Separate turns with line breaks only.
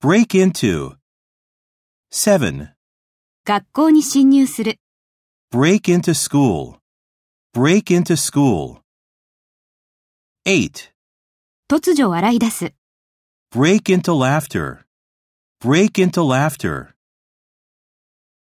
break into. 7.
学校に侵入する、
Break into school. Break into school. 8.
突如笑い出す。
Break into laughter. Break into laughter.